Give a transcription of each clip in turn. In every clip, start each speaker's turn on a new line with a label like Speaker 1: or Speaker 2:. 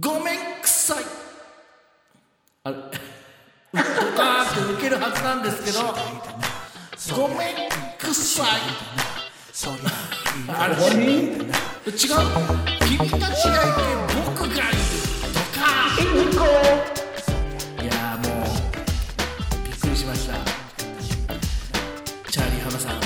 Speaker 1: ごめんくさいあ れドカーンって受けるはずなんですけどごめんくさいあれ本人違う君が違いで僕がいるドカーンいやーもうびっくりしましたチャーリー浜さんお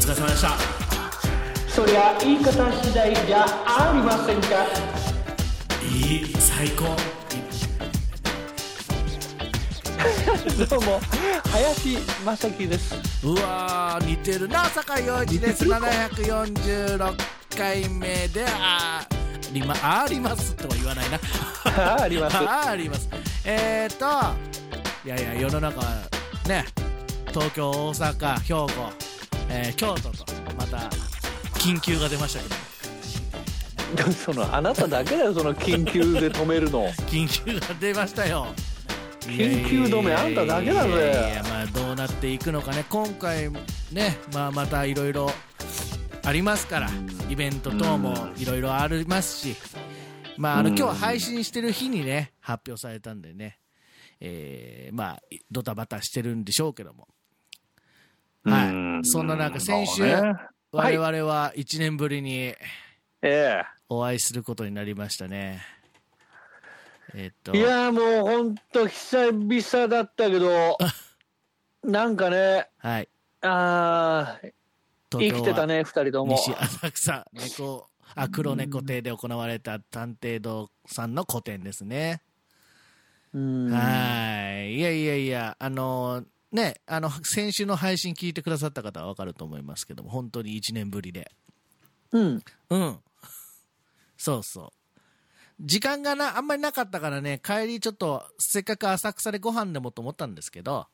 Speaker 1: 疲れ様でした
Speaker 2: そりゃ言い方次第じゃありませんか
Speaker 1: いい最高
Speaker 2: どうも林正樹です
Speaker 1: うわー似てるな坂井陽一です746回目であり,、ま、ありますとは言わないな
Speaker 2: ああります
Speaker 1: ありますえっ、ー、といやいや世の中はね東京大阪兵庫、えー京都とまた緊急が出ましたけど
Speaker 2: でもそのあなただけだよその緊急で止めるの
Speaker 1: 緊急が出ましたよ
Speaker 2: 緊急止めあんただけだぜ
Speaker 1: いやいやまあどうなっていくのかね今回ねまあまたいろいろありますからイベント等もいろいろありますし、まああの今日配信してる日にね発表されたんでねえーまあドタバタしてるんでしょうけども
Speaker 2: う
Speaker 1: は
Speaker 2: ん
Speaker 1: いそんな中先週
Speaker 2: そうねは
Speaker 1: 我
Speaker 2: い
Speaker 1: 々は1年ぶりに
Speaker 2: え
Speaker 1: お会いすることになりましたねえっと
Speaker 2: えいやもうほんと久々だった けどなんかね
Speaker 1: はい
Speaker 2: あー生
Speaker 1: 東京
Speaker 2: きて
Speaker 1: は
Speaker 2: たね二人とも
Speaker 1: 西浅草猫あ黒猫亭で行われた探偵堂さんの個展ですね。
Speaker 2: うん
Speaker 1: はい。いやいやいや、あのね、あの、先週の配信聞いてくださった方はわかると思いますけども、本当に1年ぶりで。
Speaker 2: うん
Speaker 1: うん。そうそう。時間がな、あんまりなかったからね、帰りちょっと、せっかく浅草でご飯でもと思ったんですけど、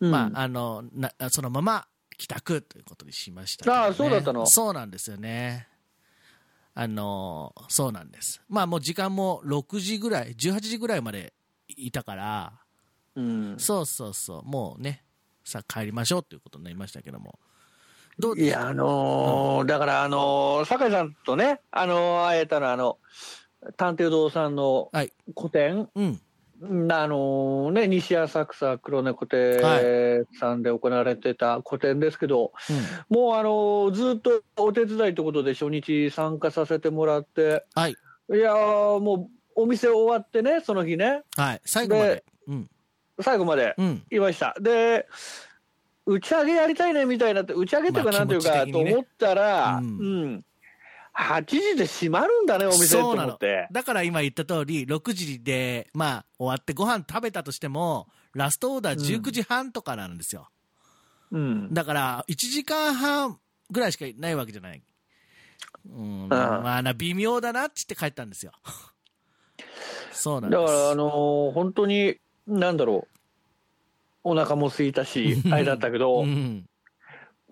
Speaker 2: うん
Speaker 1: まあ、あの、なそのまま帰宅ということにしました、
Speaker 2: ああそうだったの
Speaker 1: そうなんですよね。あの、そうなんです。まあもう時間も6時ぐらい、18時ぐらいまでいたから、
Speaker 2: うん
Speaker 1: そうそうそう、もうね、さあ帰りましょうということになりましたけども。どう
Speaker 2: いや、あのーだから、あのー酒井さんとね、あのー会えたのはあの、探偵堂さんの
Speaker 1: はい。
Speaker 2: 個展、
Speaker 1: うん。
Speaker 2: うんあのーね、西浅草黒猫亭さんで行われてた個展ですけど、
Speaker 1: うん
Speaker 2: もう、あのーずっとお手伝いということで、初日参加させてもらって、
Speaker 1: はい。
Speaker 2: いやーもう、お店終わってね、その日ね、
Speaker 1: はい。最後まで
Speaker 2: で。
Speaker 1: うん。
Speaker 2: 最後まで
Speaker 1: うん。
Speaker 2: いました。で打ち上げやりたいねみたいになって打ち上げというか
Speaker 1: まあ
Speaker 2: なんていう
Speaker 1: 気
Speaker 2: か
Speaker 1: 持ち的
Speaker 2: と
Speaker 1: にね
Speaker 2: 思ったら、
Speaker 1: う
Speaker 2: うんん8時で閉まるんだねお店と
Speaker 1: そうな
Speaker 2: 思
Speaker 1: の
Speaker 2: って。
Speaker 1: だから今言った通り、6時で、まあ、終わってご飯食べたとしても、ラストオーダー19時半とかなんですよ。
Speaker 2: うん
Speaker 1: だから、1時間半ぐらいしかないわけじゃない。うん。まあな、微妙だなっつって帰ったんですよ。そうな
Speaker 2: だ
Speaker 1: ん
Speaker 2: か
Speaker 1: です。
Speaker 2: らあのー本当になんだろうお腹も空いたし あれだったけど、
Speaker 1: うん。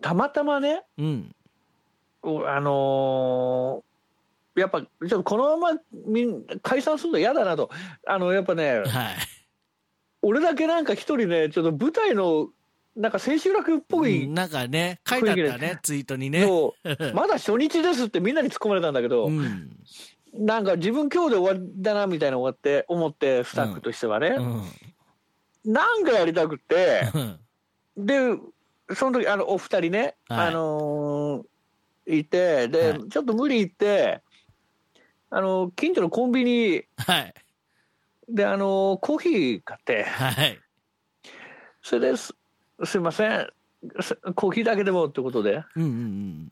Speaker 2: たまたまね
Speaker 1: うん。
Speaker 2: おあのーやっぱちょっとこのままみん解散するの嫌だなとあのやっ ぱね
Speaker 1: はい。
Speaker 2: 俺だけなんか一人ねちょっと舞台のなんか千秋楽っぽい
Speaker 1: うんなんかね、書いてあったね、ツイートにね。
Speaker 2: そう まだ初日ですってみんなに突っ込まれたんだけど、
Speaker 1: うん。
Speaker 2: なんか自分今日で終わりだなみたいな終わって思ってスタッフとしてはね、
Speaker 1: うん。
Speaker 2: なんかやりたくって
Speaker 1: うん
Speaker 2: でその時あのお二人ね、
Speaker 1: はい
Speaker 2: あのーいてで、
Speaker 1: はい
Speaker 2: ちょっと無理言ってあのー近所のコンビニ
Speaker 1: はい。
Speaker 2: であのーコーヒー買って
Speaker 1: はい。
Speaker 2: それですすいませんすコーヒーだけでもってことで
Speaker 1: うんうん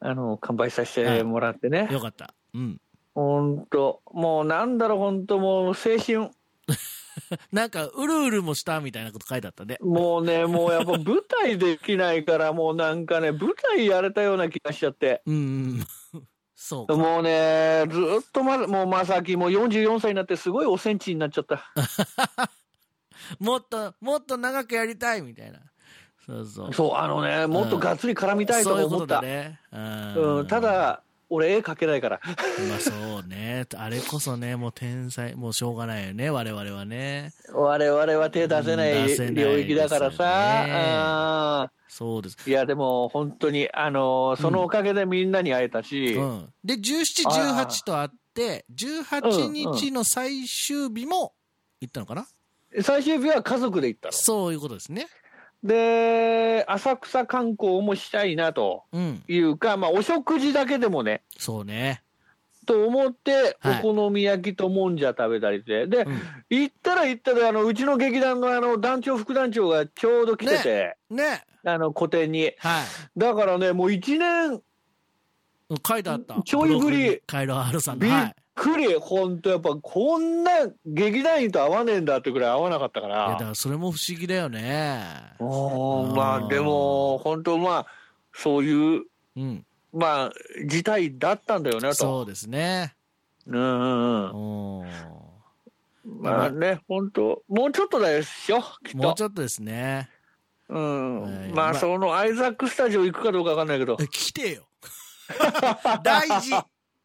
Speaker 2: あのー乾杯させてもらってね、
Speaker 1: うん。よかった。うん。
Speaker 2: 本当もうなんだろう本当もう青春
Speaker 1: なんか、うるうるもしたみたいなこと書いてあったね。
Speaker 2: もうねもうやっぱ舞台できないからもうなんかね舞台やれたような気がしちゃって
Speaker 1: うんうん。そうか。
Speaker 2: もうねずっとまもうまさきもう44歳になってすごいおセンチになっちゃった
Speaker 1: もっと、もっと長くやりたいみたいな。そうそう。
Speaker 2: そうあのねもっとがっつり絡みたいと
Speaker 1: そういうこ
Speaker 2: 思
Speaker 1: と
Speaker 2: った、
Speaker 1: だ
Speaker 2: うん
Speaker 1: ね。う
Speaker 2: うん、た、だ俺絵描けないから
Speaker 1: まあそうね。あれこそね、もう天才、もうしょうがないよね、我々はね。
Speaker 2: 我々は手出せな
Speaker 1: 出せない
Speaker 2: い領域だから
Speaker 1: ですよね
Speaker 2: さ、
Speaker 1: そうです。
Speaker 2: うんいやでも本当にあのそのおかげでみんなに会えたし、
Speaker 1: うん。で、17、18とあっって、18日の最終日も行ったのかな、
Speaker 2: 最終日は家族で行ったの。
Speaker 1: そういうことですね。
Speaker 2: で、浅草観光もしたいなと
Speaker 1: うん。
Speaker 2: いうか、まあ、お食事だけでもね、
Speaker 1: そうね。
Speaker 2: と思って、お
Speaker 1: はい
Speaker 2: 好み焼きともんじゃ食べたりして、で、
Speaker 1: う
Speaker 2: 行ったら行ったで、あの、うちの劇団のあの、団長、副団長がちょうど来てて、
Speaker 1: ん。ね。
Speaker 2: あの、個展に。
Speaker 1: はい。
Speaker 2: だからね、もう一年
Speaker 1: 書いてあった。
Speaker 2: ちょい
Speaker 1: ブロ
Speaker 2: ぶり
Speaker 1: グにカイロ・ハルさん
Speaker 2: び
Speaker 1: の。
Speaker 2: っ
Speaker 1: はい。
Speaker 2: くり、ほんと、やっぱこんな劇団員と会わねえんだってくらい会わなかったか。
Speaker 1: いやだかららそれも不思議だよね。
Speaker 2: おーま
Speaker 1: う
Speaker 2: あ、
Speaker 1: ん
Speaker 2: でも、本当まあ、そういう、
Speaker 1: うん。
Speaker 2: まあ、事態だったんだよね、と。
Speaker 1: そうですね。
Speaker 2: うんうんうん。
Speaker 1: お
Speaker 2: まあね、本当もうちょっとですよ、きっ
Speaker 1: もう
Speaker 2: と。
Speaker 1: ちょっとですね。
Speaker 2: うん。
Speaker 1: はい
Speaker 2: ま
Speaker 1: まあ
Speaker 2: あ、そのアイザックスタジオ行くかどうかわかんないけど
Speaker 1: え、聞、きてえよ。 大事。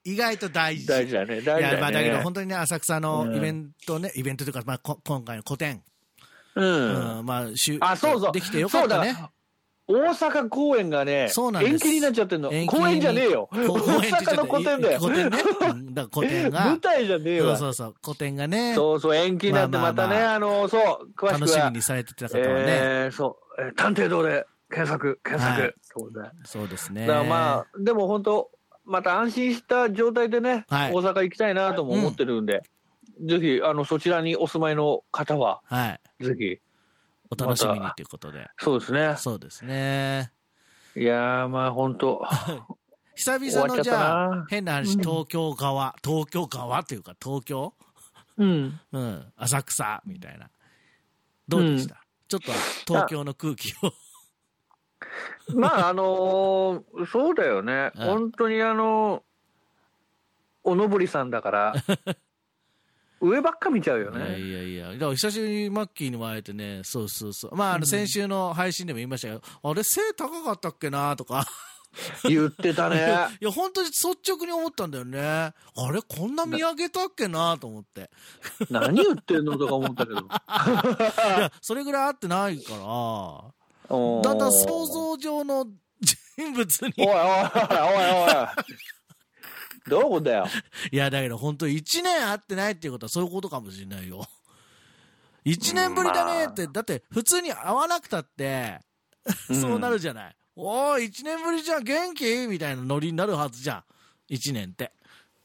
Speaker 1: 意外と大事。
Speaker 2: 大事だね、大
Speaker 1: い
Speaker 2: 事
Speaker 1: や、ま
Speaker 2: だ
Speaker 1: あ、だけど、
Speaker 2: ね。
Speaker 1: 本当にね、浅草
Speaker 2: う
Speaker 1: の
Speaker 2: ん
Speaker 1: イベントね、イベントというか、まあ、こ今回の個展、
Speaker 2: う。
Speaker 1: うんん、まあ、しゅ
Speaker 2: あそうそう
Speaker 1: できてよかった
Speaker 2: そう
Speaker 1: ね。
Speaker 2: 大阪公演がね、
Speaker 1: そうなんです
Speaker 2: 延期になっちゃってんの。
Speaker 1: 延期に
Speaker 2: 公演じゃねえよ。
Speaker 1: こ
Speaker 2: 大
Speaker 1: 公演って言っちゃ
Speaker 2: 阪の
Speaker 1: った
Speaker 2: 個展だよ。
Speaker 1: 個展ね。うんだから 個展が。
Speaker 2: 舞台じゃねえ
Speaker 1: そう
Speaker 2: わ。
Speaker 1: そうそう、個展がね、
Speaker 2: そうそう、延期になって
Speaker 1: まあ
Speaker 2: ま
Speaker 1: まあ
Speaker 2: た
Speaker 1: まあ
Speaker 2: ね、あの、そう、詳し
Speaker 1: 楽
Speaker 2: く
Speaker 1: し
Speaker 2: は
Speaker 1: み。にされてた方はね、
Speaker 2: えー、そう、えー探偵堂で検索、検
Speaker 1: はい
Speaker 2: 索。そうだね
Speaker 1: そうですね。
Speaker 2: だからまあ、でも本当、また安心した状態でね、
Speaker 1: はい
Speaker 2: 大阪行きたいなとも思ってるんで、ぜひあのそちらにお住まいの方は、
Speaker 1: はい。
Speaker 2: ぜひ、
Speaker 1: お楽しみにということで。
Speaker 2: そうですね、
Speaker 1: そうですね。
Speaker 2: いやー、まあ本当、
Speaker 1: 久
Speaker 2: 終わ
Speaker 1: 々の
Speaker 2: っちゃっ
Speaker 1: じ
Speaker 2: た
Speaker 1: ゃあ、
Speaker 2: な、
Speaker 1: 変な話、
Speaker 2: うん
Speaker 1: 東京側、東京側というか、東京
Speaker 2: うん、
Speaker 1: うん、浅草みたいな。どうでした、ちょっと東京の空気を。
Speaker 2: まあ、あのーそうだよね、
Speaker 1: うん
Speaker 2: 本当にあのおのぼりさんだ から、上ばっか見ちゃうよ
Speaker 1: いや
Speaker 2: ね。
Speaker 1: いやいや、だから久しぶりにマッキーにも会えてね、そうそうそう。まあ、あ
Speaker 2: う
Speaker 1: の、
Speaker 2: ん
Speaker 1: 先週の配信でも言いましたけど、あれ背高かったっけなとか。
Speaker 2: 言ってた
Speaker 1: いや
Speaker 2: ね。
Speaker 1: いや、本当に率直に思ったんだよね。あれ、こんな見上げたっけなと思って。
Speaker 2: 何言ってんのとか思ったけど。
Speaker 1: いや、それぐらい会ってないから。
Speaker 2: おー
Speaker 1: だんだん想像上の 人物
Speaker 2: おい
Speaker 1: に。
Speaker 2: おいおいおいおい。どういうことだよ。
Speaker 1: いや、だけど本当一年会ってないっていうことはそういうことかもしれないよ。一年ぶりだねって、だって普通に会わなくたって、 そうなるじゃない。おー、一年ぶりじゃん、元気みたいなノリになるはずじゃん。一年って。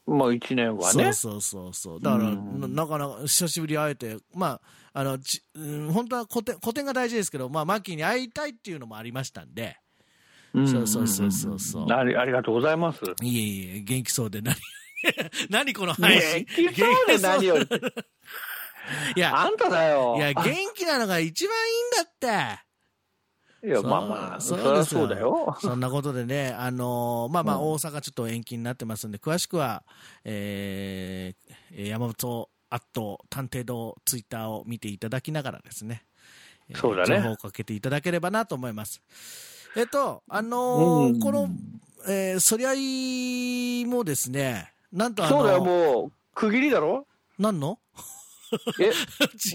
Speaker 2: うん。まあ一年は
Speaker 1: そ
Speaker 2: ね
Speaker 1: う。そうそうそう。だから、
Speaker 2: うん
Speaker 1: ななかなか久しぶりに会えて、まあ、あの、ちうん、本当は古典、古典が大事ですけど、まあ、マッキーに会いたいっていうのもありましたんで、
Speaker 2: うん
Speaker 1: そうそうそうそうそうん
Speaker 2: ありありがとうございます。
Speaker 1: いえいえ、元気そうで何 何この
Speaker 2: ね
Speaker 1: 配信
Speaker 2: え、聞いたわね、何より。
Speaker 1: いや、
Speaker 2: あんただよ。
Speaker 1: いや、
Speaker 2: あ
Speaker 1: 元気なのが一番いいんだって。
Speaker 2: いや
Speaker 1: そう
Speaker 2: まあまあ、
Speaker 1: そ
Speaker 2: そうりゃ
Speaker 1: ですよ
Speaker 2: そうだよ。
Speaker 1: そんなことでね、あのーまあまあ、
Speaker 2: うん
Speaker 1: 大阪ちょっと延期になってますんで、詳しくは、えーえー山本アット探偵堂ツイッターを見ていただきながらですね、えー
Speaker 2: そうだね
Speaker 1: 情報をかけていただければなと思います。えっと、あのー
Speaker 2: うん
Speaker 1: この、えーそりゃいもですね、なんとあの
Speaker 2: そうだよ、もう、区切り だろ
Speaker 1: なんの
Speaker 2: え、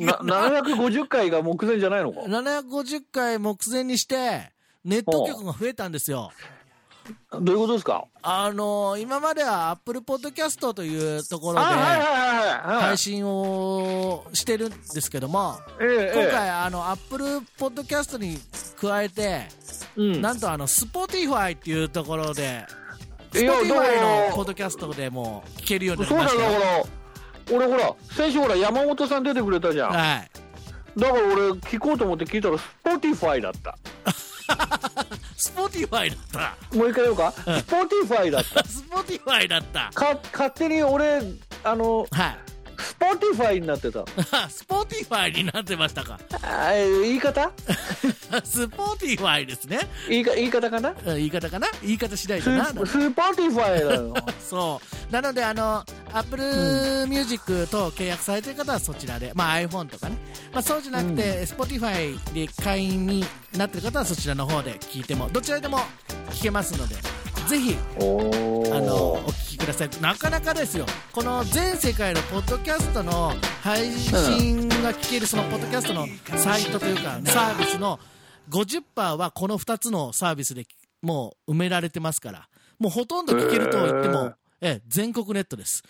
Speaker 1: 違う
Speaker 2: な750回が目前じゃないのか
Speaker 1: 750回目前にして、ネット局が増えたんですよ。
Speaker 2: どういうことですか
Speaker 1: あのー今までは Apple Podcast というとこ
Speaker 2: あ、
Speaker 1: ろで
Speaker 2: はいはいはいはい。
Speaker 1: 配信をしてるんですけども、
Speaker 2: ええ
Speaker 1: 今回、あの Apple Podcast に加えて、
Speaker 2: ええ、
Speaker 1: なんとあの Spotify っていうところで、
Speaker 2: いや
Speaker 1: Spotify の
Speaker 2: だか
Speaker 1: ポ
Speaker 2: ら
Speaker 1: ッドキャストでも聞けるように
Speaker 2: うん。
Speaker 1: な
Speaker 2: そ
Speaker 1: り
Speaker 2: う
Speaker 1: ま
Speaker 2: だ
Speaker 1: した
Speaker 2: よ、だ
Speaker 1: よ。
Speaker 2: から。俺ほら、先週ほら、山本さん出てくれたじゃん。
Speaker 1: はい。
Speaker 2: だから俺聞こうと思って聞いたら Spotify だった。
Speaker 1: Spotify だっ
Speaker 2: もう一回言おうか。Spotify だった。
Speaker 1: た。Spotify だった。
Speaker 2: か勝手に俺あの
Speaker 1: はい。
Speaker 2: Spotify になってた。
Speaker 1: Spotify になってましたか。
Speaker 2: あー言い方？
Speaker 1: Spotify ですね。
Speaker 2: 言いか言い方かな？
Speaker 1: うん言い方かな言い方次第
Speaker 2: ス
Speaker 1: だな。
Speaker 2: Spotify だよ。
Speaker 1: そう。なので、あの、Apple Music と契約されてる方はそちらで、まあ iPhone とかね。まあそうじゃなくて、Spotify で会員になってる方はそちらの方で聞いても、どちらでも聞けますので、ぜひ、
Speaker 2: お
Speaker 1: あ
Speaker 2: ー
Speaker 1: の、お聞きください。なかなかですよ。この全世界のポッドキャストの配信が聞ける、そのポッドキャストのサイトというか、サービスの50%はこの2つのサービスでもう埋められてますから、もうほとんど聞けると言ってもええ、全国ネットです。